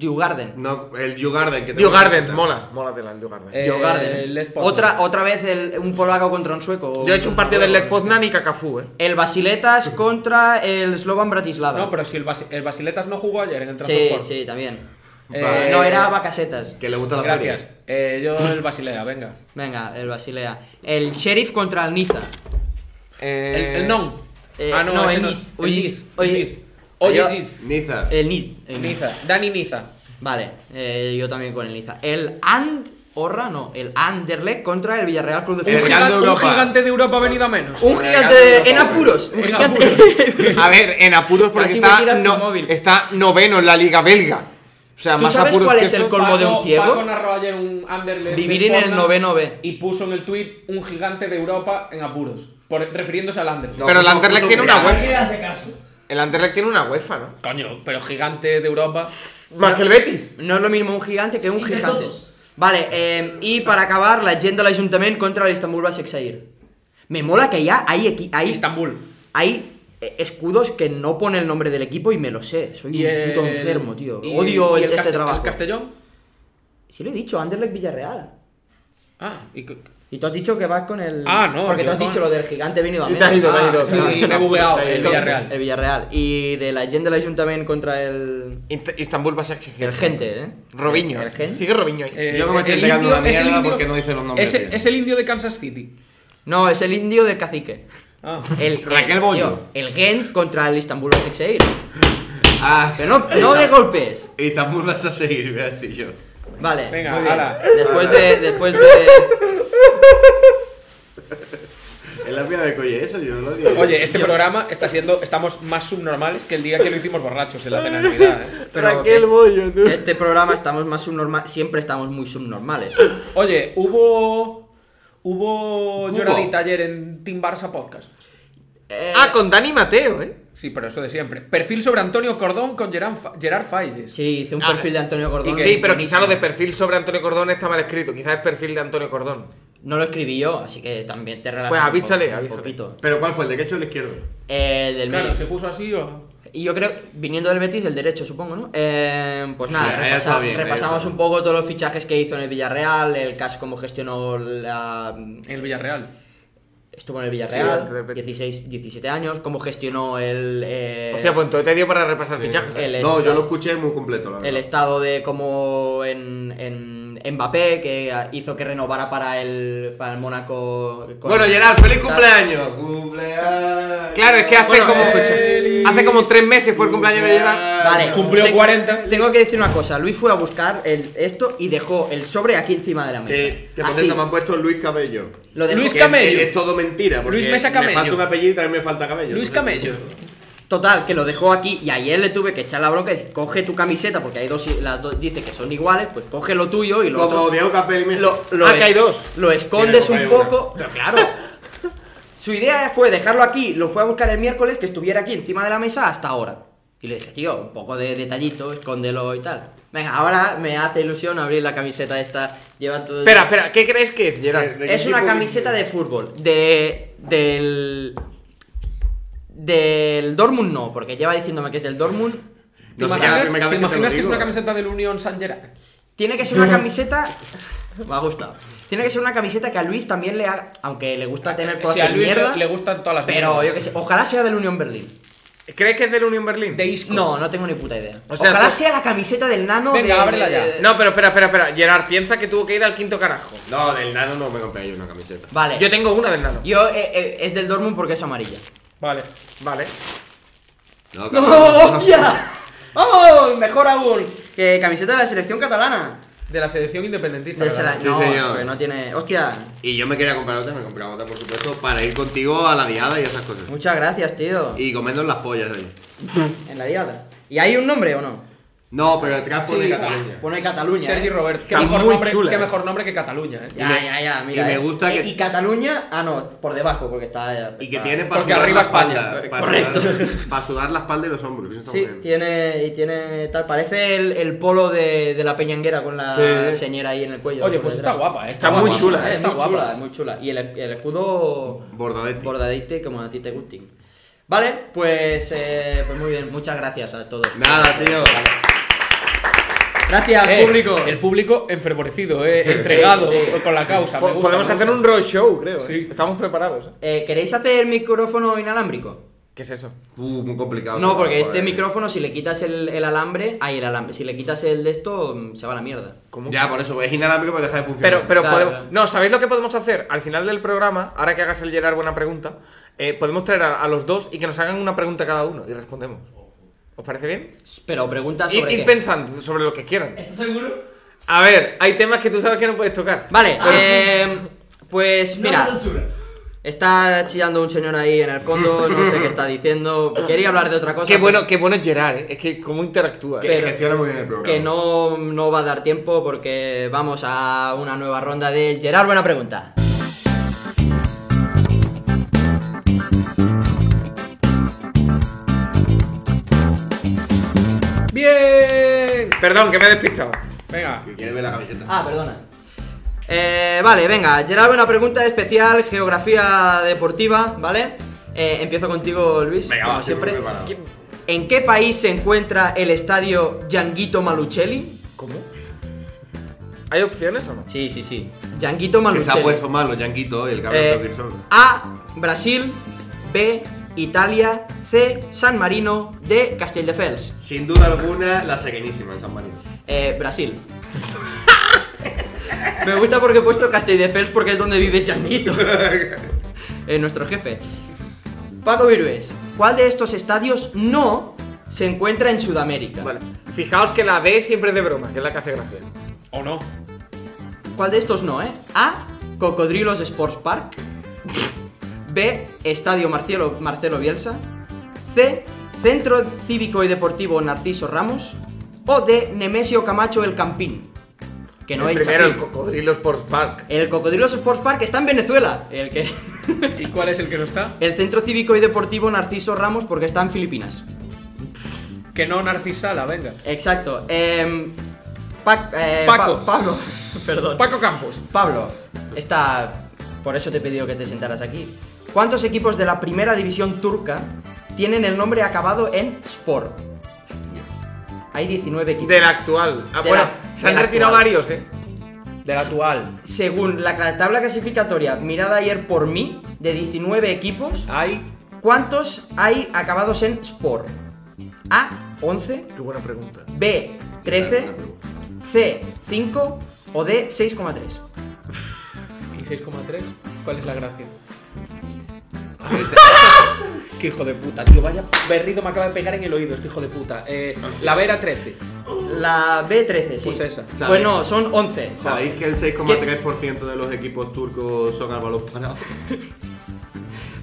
B: Jugarden.
D: No, el Jugarden que te
E: Dio
D: voy a
E: Garden,
D: presentar.
E: mola, mola de la Dio Garden.
C: Eh,
B: Jugarden.
C: Lech Poznan.
B: otra, otra vez el- un polaco contra un sueco.
E: Yo he hecho un partido del Lech Poznan y Cacafú, eh.
B: El Basiletas contra el Slovan Bratislava.
C: No, pero si el, Basi- el Basiletas no jugó ayer en el
B: Sí,
C: Trabzonspor.
B: sí, también.
C: Eh,
B: Vale, no, era Bacasetas.
D: Que le gusta la
C: Gracias.
D: feria.
C: Eh, yo el Basilea, venga.
B: Venga, el Basilea. El Sheriff contra el Niza.
E: Eh,
C: El, el non.
B: Eh,
C: ah, no,
B: no,
C: ese
B: el
C: no.
B: Nis.
C: El
B: Oye,
C: Nis,
B: oye.
C: el Nis. Oye,
B: Yo-
C: Giz,
D: Niza.
B: El Niz. el Niz.
C: Niza, Dani Niza.
B: Vale, eh, yo también con el Niza. El And. Horra no, el Anderlecht contra el Villarreal Club de
E: El
C: Un,
B: Fútbol.
E: Real de
C: giga- un
E: Europa.
C: gigante de Europa venido a menos.
B: Un gigante de- en apuros. Un
C: En
B: gigante.
E: A ver, en apuros porque
B: Casi me
E: está,
B: tiras tu
E: no-
B: móvil.
E: está noveno en la liga belga. O sea,
B: ¿Tú
E: más
B: sabes
E: apuros
B: cuál
E: que
B: es el
E: eso.
B: col- colmo de un ciego.
C: Paco narró ayer un Anderlecht
B: Vivir
C: de
B: en el
C: Portland
B: noveno B.
C: Y puso en el tweet un gigante de Europa en apuros. por- refiriéndose al Anderlecht.
E: Pero el Anderlecht tiene una
H: ¿A quién
E: UEFA.
H: le hace caso?
E: El Anderlecht tiene una UEFA, ¿no?
C: Coño, pero gigante de Europa.
E: Más que el Betis.
B: No es lo mismo un gigante que un
H: Sí, de
B: gigante.
H: todos.
B: Vale, eh, i per acabar, la gent de l'Ajuntament contra l'Istanbul Basak Sair. Me mola que ya hay, equi- hay,
C: Istambul.
B: hay eh, escudos que no pone el nombre del equipo y me lo sé. Soy un
C: el-
B: puto enfermo, tío.
C: y-
B: Odio
C: y
B: el, este
C: Castel-
B: trabajo.
C: el Castellón?
B: Sí lo he dicho, Anderlecht Villarreal.
C: Ah, y, que-
B: Y tú has dicho que vas con el...
C: Ah, no,
B: Porque tú
C: yo
B: has
C: con-
B: dicho lo del gigante venido a
E: Y te has
B: menos.
E: ido, te has
B: Ah,
E: ido,
B: o sea,
E: te has
C: y me he bugueado el
B: El
C: Villarreal.
B: Villarreal. Y de la gent de l'Ajuntament contra el...
E: Int- Istambul va a ser
B: El gente, ¿eh?
E: Robiño.
B: El gente.
E: Sigue Robiño. ahí.
C: Eh,
D: Yo que me estoy
C: el
D: pegando
C: indio-
D: una
C: es el
D: mierda
C: indio-
D: porque no dice los nombres
C: Es, el-
D: bien.
C: es el indio de Kansas City.
B: No, es el indio del cacique.
C: Ah.
B: El,
D: Raquel
B: el-
D: Bollo.
B: tío, El Gent contra el Istanbul Basaksehir.
D: Ah,
B: Pero no, no de golpes.
D: Y tampoco vas a seguir, voy a decir yo.
B: Vale.
C: Venga,
B: muy bien.
C: ala.
B: Después de. Después de.
D: Es la primera vez que oye eso, yo no lo digo.
C: Oye, este programa está siendo. Estamos más subnormales que el día que lo hicimos borrachos en la cena de Navidad. ¿eh?
B: pero
E: Raquel
B: que-
E: Bollo, tú.
B: Este programa estamos más subnormales. Siempre estamos muy subnormales.
C: Oye, hubo. Hubo
E: Hubo.
C: lloradita ayer en Team Barça Podcast.
B: Eh,
E: Ah, con Dani Mateo, ¿eh?
C: Sí, pero eso de siempre. Perfil sobre Antonio Cordón con Gerard, Fa- Gerard Falles.
B: Sí, hice un
E: Ah,
B: perfil de Antonio Cordón.
E: sí, pero quizá
B: quizás
E: lo de perfil sobre Antonio Cordón está mal escrito. Quizás es perfil de Antonio Cordón.
B: No lo escribí yo, así que también te relajas.
E: Pues
B: un
E: avísale,
B: poco, un
E: avísale.
B: poquito.
D: ¿Pero cuál fue? ¿El derecho o el izquierdo?
B: El del
C: Claro,
B: medio.
C: se puso así o.
B: Y yo creo, viniendo del Betis, el derecho, supongo, ¿no? Eh, pues nada,
D: Ya, ya
B: repasa-
D: está bien, ya
B: repasamos
D: está bien.
B: un poco todos los fichajes que hizo en el Villarreal, el caso, cómo gestionó la.
C: En el Villarreal.
B: Estuvo en el
E: Sí,
B: Villarreal,
E: antes del Betis.
B: 16, 17 años, cómo gestionó el. eh,
E: Hostia, pues entonces te dio para repasar fichajes.
B: el,
D: No,
B: esta-
D: yo lo escuché muy completo, la
B: el
D: verdad.
B: estado de cómo en, en Mbappé, que hizo que renovara para el, para el Mónaco. con-
D: Bueno, Gerard, feliz cumpleaños. Cumpleaños. eh,
E: Claro, es que hace
B: Bueno,
E: como.
D: feliz
E: Hace como tres meses fue el cumpleaños de Gerard.
B: Vale.
C: Cumplió
B: Te-
C: 40.
B: Tengo que decir una cosa, Luis fue a buscar el, esto y dejó el sobre aquí encima de la mesa.
D: Sí, que por
B: Así,
D: cierto me han puesto Luis Cabello.
B: lo dejó.
C: Luis
D: Que
C: Camello.
D: Es, es todo mentira. Porque
C: Luis Mesa
D: Me
C: Camello.
D: falta un apellido y también me falta cabello.
C: Luis Camello.
B: Total, que lo dejó aquí y ayer le tuve que echar la bronca y decir, coge tu camiseta, porque hay dos, las dos dice que son iguales, pues coge lo tuyo y lo
D: Como
B: otro-
D: Diego Capel y Mesa.
B: lo, lo
E: Ah,
B: es-
E: que hay dos.
B: Lo escondes
D: Sí, hay
B: un
D: una.
B: poco, pero claro. Su idea fue dejarlo aquí, lo fue a buscar el miércoles, que estuviera aquí encima de la mesa hasta ahora. Y le dije, tío, un poco de detallito, escóndelo y tal. Venga, ahora me hace ilusión abrir la camiseta esta. Lleva todo.
E: Espera, espera, ¿qué crees que es,
D: De-
E: Gerard?
D: de-
B: Es
D: qué
B: una
D: tipo de-
B: camiseta de fútbol. De. del. Del Dortmund no, porque lleva diciéndome que es del Dortmund.
C: ¿Te
D: No sé, ya la
C: imaginas,
D: primera
C: te
D: vez que te lo
C: imaginas que es
D: digo.
C: una camiseta del Unión San Gerard?
B: Tiene que ser una camiseta. Me ha gustado. Tiene que ser una camiseta que a Luis también le haga. Aunque le gusta tener
C: Si
B: cosas
C: a
B: de
C: Luis
B: mierda.
C: le, le gustan todas las
B: Pero
C: mierdas.
B: yo que sé, ojalá sea del Unión Berlín.
E: ¿Crees que es del Unión Berlín?
C: De Isco.
B: No, no tengo ni puta idea.
E: O sea,
B: ojalá
E: tú-
B: sea la camiseta del nano.
C: Venga,
B: de-
C: ábrela ya.
B: de-
E: No, pero espera, espera, espera. Gerard piensa que tuvo que ir al quinto carajo.
D: No, del nano no me compré yo una camiseta.
B: Vale. Yo,
E: Yo tengo una del nano.
B: eh, eh, es del Dortmund porque es amarilla.
C: Vale.
E: Vale.
B: ¡No,
D: No, Capel.
B: hostia! ¡Vamos! Mejor aún. Que camiseta de la selección catalana.
C: De la selección independentista.
B: De
C: ¿verdad?
B: sele-
D: Sí,
B: no,
D: señor.
B: porque no tiene. Hostia,
D: Y yo me quería comprar otra, me compraba otra, por supuesto, para ir contigo a la diada y esas cosas.
B: muchas gracias, tío.
D: Y comernos las pollas ahí.
B: En la diada. ¿Y hay un nombre o no?
D: No, pero detrás pone
C: Sí,
D: Cataluña.
B: Pone Cataluña.
C: Sergi
B: ¿eh?
C: Roberts. Qué
E: Está
C: mejor,
E: muy
C: nombre,
E: chula,
C: qué
E: eh.
C: mejor nombre que Cataluña, eh.
B: Ya,
D: Y me-
B: ya, ya,
D: y
B: mira.
D: me
B: eh.
D: gusta
B: Eh,
D: que-
B: Y Cataluña, ah, no, por debajo, porque está. eh,
D: Y que
B: está-
D: tiene para
C: Porque
D: sudar
C: arriba
D: la espalda.
B: España.
D: Para
B: Correcto.
D: Sudar, para sudar la espalda y los hombros. que eso está muy
B: Sí,
D: bien.
B: tiene, y tiene tal. Parece el, el polo de, de la peñanguera con la
D: Sí.
B: señora ahí en el cuello.
C: Oye,
B: por
C: pues está
B: detrás.
C: guapa, eh.
E: Está muy
C: guapa,
E: chula,
C: eh,
B: Es
C: Está
B: muy chula,
C: guapa.
B: es muy chula. Y el, el escudo
D: Bordadete.
B: bordadito como a ti te guste. Vale, pues, eh, pues muy bien, muchas gracias a todos.
D: Nada, tío.
B: Gracias,
C: Eh,
B: público.
C: El público enfervorecido, eh, entregado
B: sí, sí.
C: con la causa. me
E: Po-
C: gusta,
E: podemos
C: me
E: hacer
C: gusta.
E: un roadshow, creo. ¿eh?
C: Sí.
E: Estamos preparados. ¿eh?
B: Eh, ¿Queréis hacer micrófono inalámbrico?
E: ¿Qué es eso?
D: Uh, muy complicado. eh.
B: No, porque
D: Joder.
B: este micrófono, si le quitas el, el alambre, ahí el alambre, si le quitas el de esto, mm, se va a la mierda.
E: ¿Cómo?
D: Ya, por eso, es inalámbrico porque deja de funcionar.
E: Pero, pero
B: Claro,
E: podemos.
B: claro.
E: No, ¿sabéis lo que podemos hacer? Al final del programa, ahora que hagas el Gerard buena pregunta, eh, podemos traer a, a los dos y que nos hagan una pregunta cada uno y respondemos. ¿Os parece bien?
B: Pero pregunta
E: Ir,
B: sobre
E: ir
B: qué.
E: pensando sobre lo que quieran.
H: ¿Estás seguro?
E: A ver, hay temas que tú sabes que no puedes tocar.
B: Vale, eh, pues
H: No
B: mira,
H: me censura.
B: está chillando un señor ahí en el fondo, no sé qué está diciendo. Quería hablar de otra cosa.
E: Qué bueno,
B: pero-
E: qué bueno es Gerard, ¿eh? es que cómo interactúa. ¿eh?
B: Que- Pero-
D: Gestiona muy bien el programa.
B: que no, no va a dar tiempo porque vamos a una nueva ronda del Gerard, buena pregunta.
C: ¡Bien!
E: Perdón, que me he despistado.
C: Venga.
D: Que quiere ver la camiseta.
B: Ah, perdona. Eh, vale, venga, Gerard, una pregunta especial, geografía deportiva, ¿vale? Eh, empiezo contigo, Luis,
D: Venga,
B: como
D: va, siempre
B: siempre.
D: preparado.
B: ¿Qué- ¿En qué país se encuentra el estadio Yanguito Malucelli?
C: ¿Cómo?
E: ¿Hay opciones o no?
B: Sí, sí, sí. Yanguito
D: Que se ha
B: Malucelli.
D: puesto malo, Yanquito, el cabrón de
B: Eh,
D: Pearson.
B: A, Brasil, B, Italia, C, San Marino, D, Castelldefels.
D: Sin duda alguna, la serenísima en San Marino.
B: Eh, Brasil. Me gusta porque he puesto Castelldefels porque es donde vive Changuito. Eh, nuestro jefe. Paco Virués, ¿cuál de estos estadios no se encuentra en Sudamérica?
E: Vale. Fijaos que la D siempre es de broma, que es la que hace gracia.
C: ¿O no?
B: ¿Cuál de estos no, eh? A. Cocodrilos Sports Park. B. Estadio Marcelo, Marcelo Bielsa. C. Centro Cívico y Deportivo Narciso Ramos. O D. Nemesio Camacho El Campín. Que no
E: el
B: hay
E: primero, el
B: Chapín.
E: cocodrilo Sports Park.
B: El Cocodrilos Sports Park está en Venezuela. El que.
C: ¿Y cuál es el que no está?
B: El Centro Cívico y Deportivo Narciso Ramos porque está en Filipinas.
C: Que no Narcisala, venga.
B: Exacto. em, Pac- eh,
C: Paco.
B: Pa- Pablo. Perdón.
C: Paco Campos.
B: Pablo, está. Por eso te he pedido que te sentaras aquí. ¿Cuántos equipos de la primera división turca tienen el nombre acabado en Spor? Hay 19 equipos.
E: Del actual. Ah,
B: De
E: bueno,
B: la-
E: se han
B: del
E: retirado
B: actual.
E: varios, ¿eh?
C: Del actual.
B: Según la cla- tabla clasificatoria mirada ayer por mí, de 19 equipos,
C: Hay.
B: ¿cuántos hay acabados en Spor? A, 11,
E: Qué buena pregunta.
B: B, 13, C, 5 o D, 6,3.
C: ¿Y 6,3? ¿Cuál es la gracia? Qué hijo de puta, tío. Vaya berrido me acaba de pegar en el oído este hijo de puta. Eh, la Vera 13.
B: La B13, sí.
C: Pues esa.
B: Pues no, son 11.
D: ¿Sabéis que el 6,3% de los equipos turcos son al balón parado?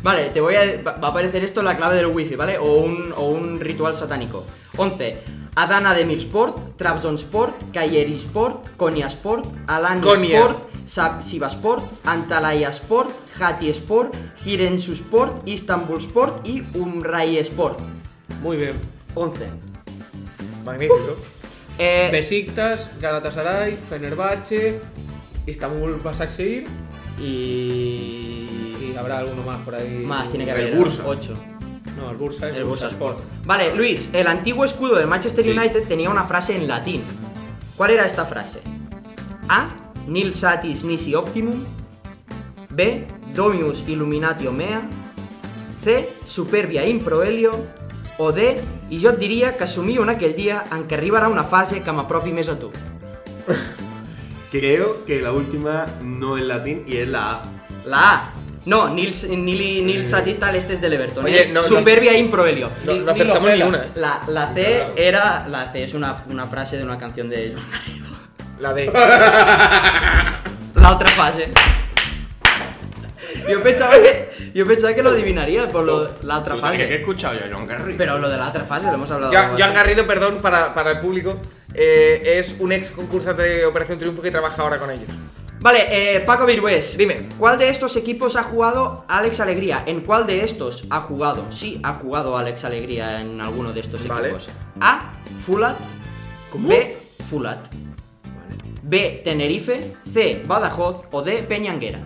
B: Vale, te voy a. Va va a aparecer esto en la clave del wifi, ¿vale? O un, o un ritual satánico. 11. Adana Demirsport, Trabzonsport, Kayserisport, Konyasport,
E: Konya.
B: Alanyasport, Sab- Sivasport, Antalyasport, Hataysport, Girensusport, Istanbulsport y Umraysport.
C: Muy bien.
B: 11.
E: Magnífico.
B: Eh,
C: Besiktas, Galatasaray, Fenerbahce, Istanbul Basaksehir
B: y...
C: y habrá alguno más por ahí.
B: Más, tiene que
D: El
B: haber.
D: Bursa.
B: 8.
C: No, el Bursa es
B: El Bursa Sport.
C: Sport.
B: Pues Vale, Luis, el antiguo escudo del Manchester
D: Sí.
B: United tenía una frase en latín. ¿Cuál era esta frase? A. Nil satis nisi optimum. B. Dominus illuminatio mea. C. Superbia improelio. O D. I jo et diria que somiu en aquell dia en què arribarà una fase que m'apropi més a tu.
D: Creo que la última no es latín y es la A.
B: La A. No, nil, nil, nil satis tal, este es del Everton.
E: Eh. Oye,
B: es
E: no, no.
B: superbia improelio.
E: No,
C: Ni-
E: no acertamos
C: ni
E: ni,
C: lo
E: una, ¿eh?
B: La, la C era. La C es una, una frase de una canción de Joan Garrido.
E: La D.
B: La otra fase. Yo pensaba que. Yo pensaba que lo adivinaría por lo, la otra
D: Puta, que- que he
B: fase.
D: escuchado yo a John Garrido.
B: Pero lo de la otra fase lo hemos hablado.
E: Ya- Joan
B: antes.
E: Garrido, perdón, para, para el público, eh, es un ex concursante de Operación Triunfo que trabaja ahora con ellos.
B: Vale, eh, Paco Virués.
E: Dime.
B: ¿Cuál de estos equipos ha jugado Alex Alegría? ¿En cuál de estos ha jugado? Sí, ha jugado Alex Alegría en alguno de estos
E: Vale.
B: equipos. A. Fulat. B. Fulat. B. Tenerife. C. Badajoz. O D. Peñanguera.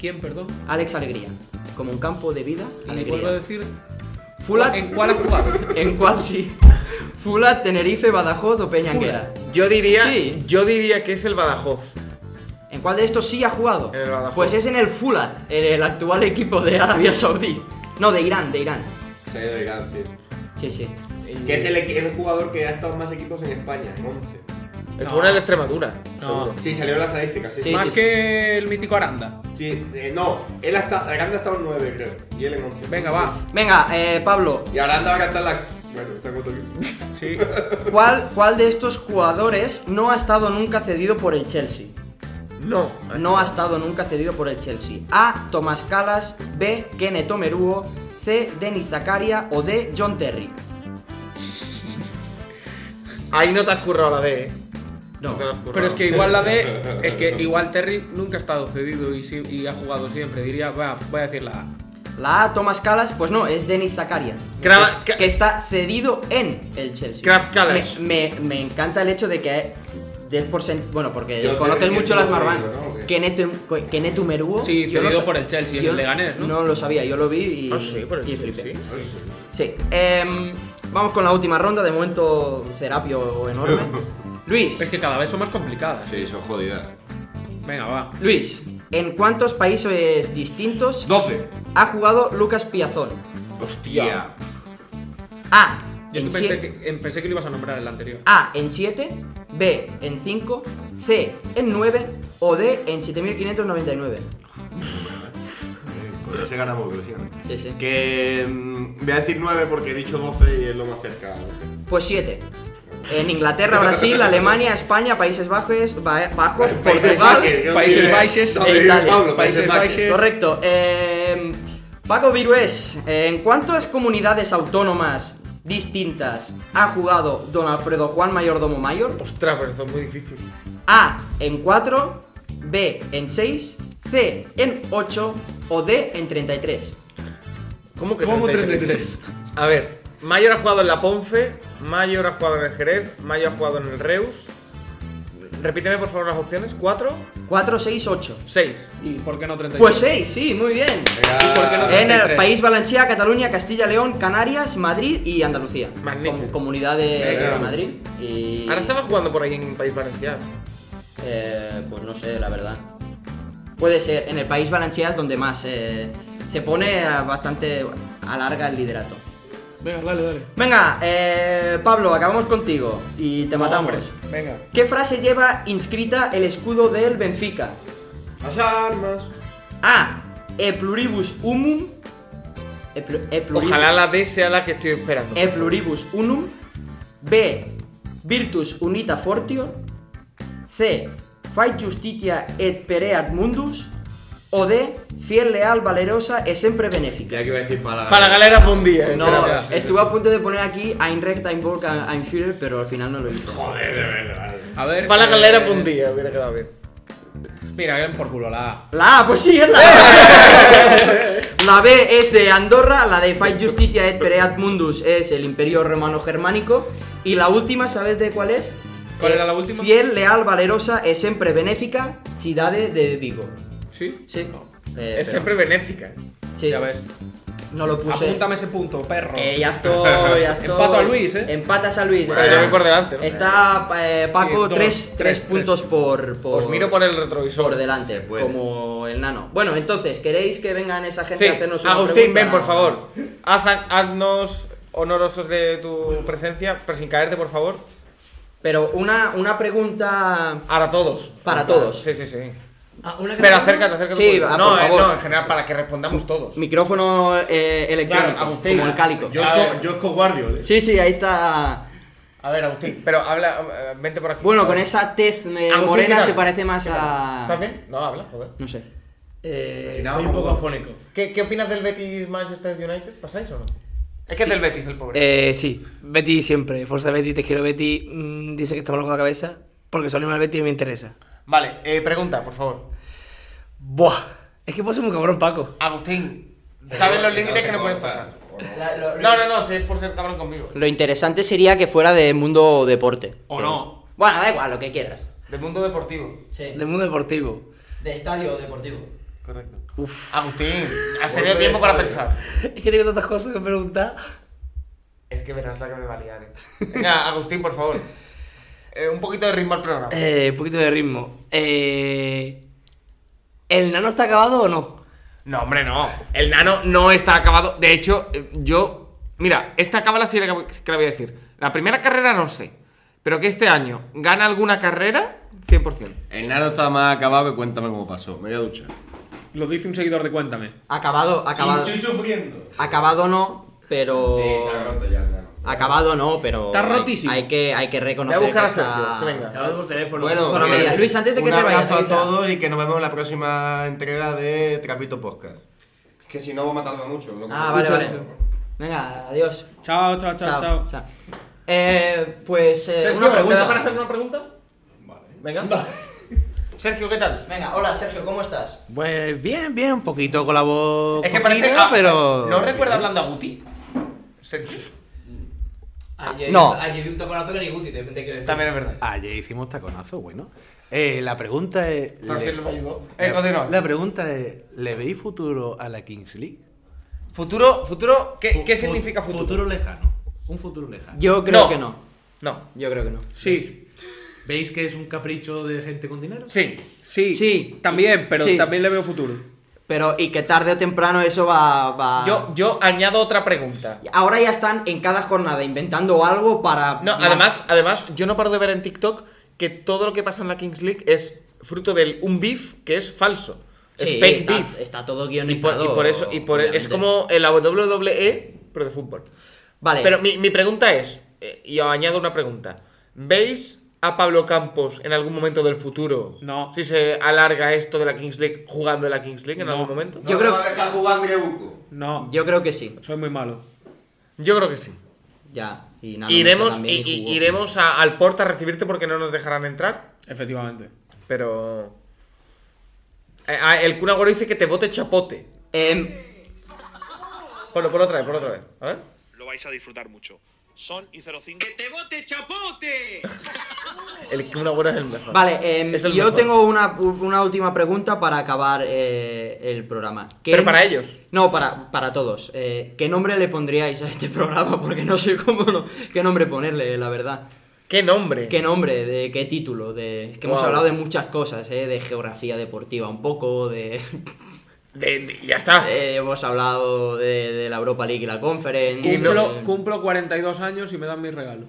C: ¿Quién, perdón?
B: Alex Alegría. Como un campo de vida,
C: Y vuelvo a
B: alegría.
C: decir.
B: Fulat,
C: ¿En cuál ha jugado?
B: ¿En cuál sí? Fulat, Tenerife, Badajoz o Peñanguera.
E: Yo diría,
B: Sí.
E: yo diría que es el Badajoz.
B: ¿En cuál de estos sí ha jugado?
E: En el Badajoz.
B: Pues es en el Fulat, en el actual equipo de Arabia Saudí. No, de Irán, de Irán.
D: Se ha ido de Irán, tío.
B: Sí, sí.
D: Que es el, equi- el jugador que ha estado en más equipos en España, en 11.
E: Estuvo en el Extremadura.
C: No.
E: seguro.
D: Sí, salió la estadística, sí.
B: Sí,
D: Más-
C: Más que el mítico Aranda.
D: sí, eh, no, él hasta, Aranda estaba en 9, creo. Y él en 11.
C: Venga, va.
B: Venga, eh, Pablo,
D: Y Aranda ahora está en la Bueno, tengo otro equipo.
C: Sí.
B: ¿Cuál, ¿Cuál de estos jugadores no ha estado nunca cedido por el Chelsea?
C: No.
B: No ha estado nunca cedido por el Chelsea. A. Tomás Calas. B. Kenneth Omeruo. C. Denis Zakaria. O D. John Terry.
E: Ahí no te has currado la D, eh.
B: No.
E: Te la has currado.
C: Pero es que igual la D. Es que igual Terry nunca ha estado cedido y, sí- y ha jugado siempre. Diría, va, voy a decir la A.
B: La A. Tomás Calas. Pues no, es Denis Zakaria.
E: Cra-
B: que, que está cedido en el Chelsea.
E: Kraft Kalas.
B: Me, me- me encanta el hecho de que. des por sen- bueno, porque
D: John
B: conoces
D: Terry
B: mucho
D: es
B: las
D: muy
B: Marván.
D: bueno, ¿no?
B: Kenneth Kenneth Omeruo.
C: Sí,
B: yo lo
C: cedido
B: sa-
C: por el Chelsea, en
B: yo
C: el Leganés, ¿no?
B: No lo sabía, yo lo vi y,
E: Ah, sí, por el
B: y
E: Chelsea,
B: flipé.
E: sí.
B: Sí. em, vamos con la última ronda. De momento, Cerapio enorme. Luis,
C: Es que cada vez son más complicadas. ¿eh?
D: Sí, son jodidas.
C: Venga, va.
B: Luis, ¿en cuántos países distintos
D: 12.
B: ha jugado Lucas Piazón?
E: Hostia.
D: Ya.
B: A.
C: Yo es
B: en
C: que
B: siete-
C: pensé que, em, pensé que lo ibas a nombrar el anterior.
B: A. En 7. B. En 5. C. En 9. O D. En 7599.
D: Con ese ganamos, pero sí, ¿no?
B: Sí, sí.
D: Que. mm, voy a decir 9 porque he dicho 12 y es lo más cerca.
B: Pues 7. En Inglaterra, Brasil, Alemania, España, Países Bajos, Ba- Bajos
D: Países
B: Portugal,
D: Bajos, que-
C: Países
D: que-
C: Baixes
D: Sabe,
B: e Italia.
C: Países
D: Pablo, Países Baixes.
C: Baixes.
B: Correcto. Eh, Paco Virués, eh, ¿en cuántas comunidades autónomas distintas ha jugado don Alfredo Juan Mayordomo Mayor?
E: Ostras, pues esto es muy difícil.
B: A. En 4. B. En 6. C. En 8. O D. En 33.
E: ¿Cómo que
C: ¿Cómo
E: 33? A ver, Mayor ha jugado en la Ponfe, Mayor ha jugado en el Jerez, Mayor ha jugado en el Reus. Repíteme por favor las opciones. ¿Cuatro?
B: 4, 6, 8.
E: ¿Seis?
C: ¿Y por qué no 33?
B: Pues 6, sí, muy bien.
C: ¿Y por
E: eh,
C: qué no
B: En el
C: 33?
B: país Valencia, Cataluña, Castilla, León, Canarias, Madrid y Andalucía.
E: Magnífico.
B: Com- comunidad de
E: Venga.
B: de Madrid. Y,
E: Ahora estaba jugando por ahí en País Valenciano.
B: eh, pues no sé, la verdad. Puede ser, en el país Valencia es donde más eh, se pone a- bastante alarga el liderato.
C: Venga, dale, dale.
B: Venga, eh, Pablo, acabamos contigo y te matamos.
C: Hombre, venga.
B: ¿Qué frase lleva inscrita el escudo del Benfica?
D: Las armas.
B: A. E pluribus unum. E plu- e pluribus.
E: Ojalá la D sea la que estoy esperando.
B: E pluribus unum. B. Virtus unita fortio. C. Fai justitia et pereat mundus. O D. Fiel, leal, valerosa e sempre benefica.
D: Ya que iba a decir para.
E: Para la galera fue un día. eh,
B: No,
E: espera.
C: sí,
B: estuve a punto de poner aquí Ein Recht, Ein Burg, Ein Führer, pero al final no lo hice.
D: Joder, de verdad.
C: A ver.
E: Para la galera fue
C: eh,
E: un día, hubiera quedado bien.
C: Mira, ven por culo la A.
B: La A, pues sí, es la A. La B es de Andorra, la de Fight Justitia et Pereat Mundus es el Imperio Romano Germánico. Y la última, ¿sabes de cuál es? Eh,
C: ¿Cuál era la última?
B: Fiel, leal, valerosa es siempre benéfica, Cidade de Vigo.
C: ¿Sí?
B: Sí. Eh,
E: Es
B: pero-
E: siempre benéfica.
B: Sí,
C: Oh. Ya ves.
B: No lo puse.
C: Apúntame ese punto, perro.
B: Eh, ya estoy, ya estoy.
C: Empato a Luis, ¿eh?
B: Empatas a Luis.
E: Pero yo voy por delante, ¿no?
B: Está eh, Paco
C: Sí, dos,
B: 3
C: tres, tres.
B: puntos por, por.
E: Os miro por el
B: por
E: retrovisor.
B: delante,
D: puede.
B: como el nano. Bueno, entonces, ¿queréis que vengan esa gente
E: Sí,
B: a hacernos una
E: Agustín,
B: pregunta?
E: ven, por favor. Haz, haznos honorosos de tu presencia, pero sin caerte, por favor.
B: Pero una, una pregunta...
E: Para todos.
B: Para todos.
E: Sí, sí, sí.
H: Ah, una
E: Pero acércate, acércate.
B: Sí,
E: un poquito.
B: ah,
E: no,
B: por
E: eh,
B: favor.
E: no, en general, para que respondamos todos.
B: Micrófono eh, electrónico,
C: Claro, Agustín.
B: como el cálico.
D: Yo
C: A
D: co-
C: ver.
D: yo es coguardiol, eh.
B: Sí, sí, ahí está...
E: A ver, Agustín. Pero habla, eh, vente por aquí.
B: Bueno, con esa tez eh,
E: Agustín, ¿qué
B: morena
E: tal?
B: se parece más
E: ¿Estás
B: a...
E: bien? No, habla, joder.
B: No sé.
G: Eh,
D: Nada,
G: soy un poco
D: vamos.
G: afónico.
E: ¿Qué, qué opinas del Betis Manchester United? ¿Pasáis o no? Es que es del Betis, el pobre.
I: Eh, sí, Betty siempre. Fuerza Betty, te quiero Betty. Mm, dice que está mal con la cabeza. Porque soy animal Betty y me interesa.
E: Vale, eh, pregunta, por favor.
I: Buah, es que puedo ser muy cabrón, Paco.
E: Agustín, ¿sabes los límites que no pueden pasar? No, no, no, si es por ser cabrón conmigo.
B: Lo interesante sería que fuera de mundo deporte.
C: O no.
B: Bueno, da igual, lo que quieras.
E: Del mundo deportivo.
B: Sí.
I: Del mundo deportivo.
B: de estadio deportivo.
E: Correcto. Agustín, has tenido
D: Golpe
E: tiempo
D: de
E: para
D: padre.
E: pensar.
I: Es que tengo tantas cosas que preguntar.
E: Es que verás la que me va a liar, eh. Venga, Agustín, por favor. Eh, un poquito de ritmo al programa.
I: Eh, un poquito de ritmo. Eh, ¿El nano está acabado o no?
E: No, hombre, no. El nano no está acabado. De hecho, eh, yo. Mira, esta cábala sí la que que la voy a decir. La primera carrera no sé. Pero que este año gana alguna carrera, 100%.
D: El nano está más acabado que cuéntame cómo pasó. Me voy a duchar.
C: Lo dice un seguidor de Cuéntame.
B: Acabado, acabado.
D: sufriendo.
B: Acabado no, pero...
D: Sí, está roto ya el nano.
B: Acabado no, pero.
C: Está
B: hay-
C: rotísimo.
B: Hay, que, hay que
E: Voy a
B: reconocer.
E: buscar a
B: que está-
E: Sergio. que venga.
I: Te hablo por teléfono.
D: Bueno,
B: Zona
D: eh,
B: media. Luis, antes de que
D: un
B: te vayas,
D: abrazo a
B: Isa.
D: todos y que nos vemos en la próxima entrega de Trapito Podcast. Que si no, vamos a tardar mucho. loco.
B: Ah, vale, vale. Venga, adiós.
C: Chao, chao, chao, chao.
B: chao. Eh, pues eh, una
E: Sergio, ¿me da para
B: pregunta.
E: hacer una pregunta? Venga. Sergio, ¿qué tal?
B: Venga, hola Sergio, ¿cómo estás?
J: Pues bien, bien, un poquito con la voz.
E: Es que
J: cocina,
E: parece. ah,
J: pero.
E: ¿No recuerda hablando a Guti? Sergio.
I: Ayer,
B: No.
I: Ayer di un taconazo que ni Guti, te, te quiero decir.
E: También es verdad.
J: Ayer hicimos taconazo, bueno. Eh, la pregunta es.
E: Pero
J: ¿le-
E: sí lo ayudó. Eh, continúa.
J: La pregunta es: ¿le veis futuro a la Kings League?
E: Futuro, futuro, ¿qué,
J: Fu-
E: ¿qué
J: fu-
E: significa futuro?
J: Futuro lejano. Un futuro lejano.
B: Yo creo
E: No.
B: que no.
E: No.
B: Yo creo que no.
C: Sí,
J: ¿Veis que es un capricho de gente con dinero?
E: Sí.
C: sí.
B: Sí.
C: También, pero
B: Sí.
C: también le veo futuro.
B: Pero, y que tarde o temprano eso va. va...
E: Yo, yo añado otra pregunta.
B: Ahora ya están en cada jornada inventando algo para.
E: No, además, además, yo no paro de ver en TikTok que todo lo que pasa en la Kings League es fruto del un beef que es falso.
B: Sí,
E: es fake
B: está,
E: beef.
B: Está todo
E: y, por,
B: guionizado.
E: y por eso, y por es
B: obviamente.
E: como el WWE, pero de fútbol.
B: Vale.
E: Pero mi, mi pregunta es, eh, y os añado una pregunta. ¿Veis a Pablo Campos en algún momento del futuro?
C: No.
E: Si se alarga esto de la Kings League, jugando en la Kings League en
C: No.
E: algún momento.
D: No
B: yo
D: te
B: creo-
D: va a dejar jugar Greuco.
C: No,
B: Yo creo que sí.
C: soy muy malo.
E: Yo creo que sí.
B: Ya. Y nada,
E: iremos
B: también
E: i- i-
B: jugó.
E: iremos a- al Porta a recibirte porque no nos dejarán entrar,
C: Efectivamente.
E: pero... Eh, ah, El Kun Agüero dice que te vote chapote.
B: Em,
E: Ponlo, ponlo otra vez, ponlo otra vez. ¿eh? A ver.
F: Lo vais a disfrutar mucho. Son y 05.
E: El Kun Agüero es el mejor.
B: vale, em,
E: Es el
B: yo
E: mejor.
B: tengo una, una última pregunta para acabar eh, el programa. ¿Qué-
E: Pero para ellos.
B: No, para, para todos. Eh, ¿Qué nombre le pondríais a este programa? Porque no sé cómo no- qué nombre ponerle, la verdad.
E: ¿Qué nombre?
B: ¿Qué nombre? ¿De qué título? De... Es que hemos
E: Wow.
B: hablado de muchas cosas, ¿eh? De geografía deportiva un poco, de...
E: De- de- ya está.
B: Eh, hemos hablado de, de la Europa League y la Conference.
E: Y no-
B: eh,
C: Cumplo, cumplo 42 años y me dan mi regalo.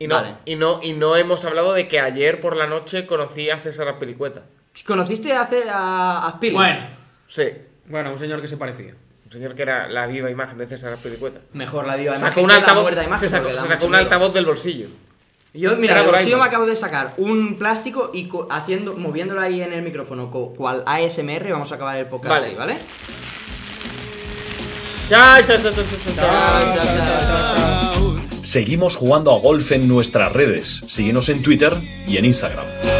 E: Y no,
B: Vale.
E: y no, y no hemos hablado de que ayer por la noche conocí a César Apelicueta.
B: ¿Conociste hace a, a Spilly?
I: Bueno,
E: Sí.
C: Bueno, un señor que se parecía.
E: Un señor que era la viva imagen de César Apelicueta.
B: Mejor la dio
E: Sacó un altavoz. se sacó, se sacó un altavoz del bolsillo.
B: Yo, mira,
E: Era
B: del bolsillo
E: Doraemon.
B: me acabo de sacar un plástico y co- haciendo, moviéndolo ahí en el micrófono, co- cual ASMR, vamos a acabar el podcast
E: Vale.
B: así, ¿vale?
E: Chao, chao, chao, chao, chao, chao.
A: Seguimos jugando a golf en nuestras redes. Síguenos en Twitter y en Instagram.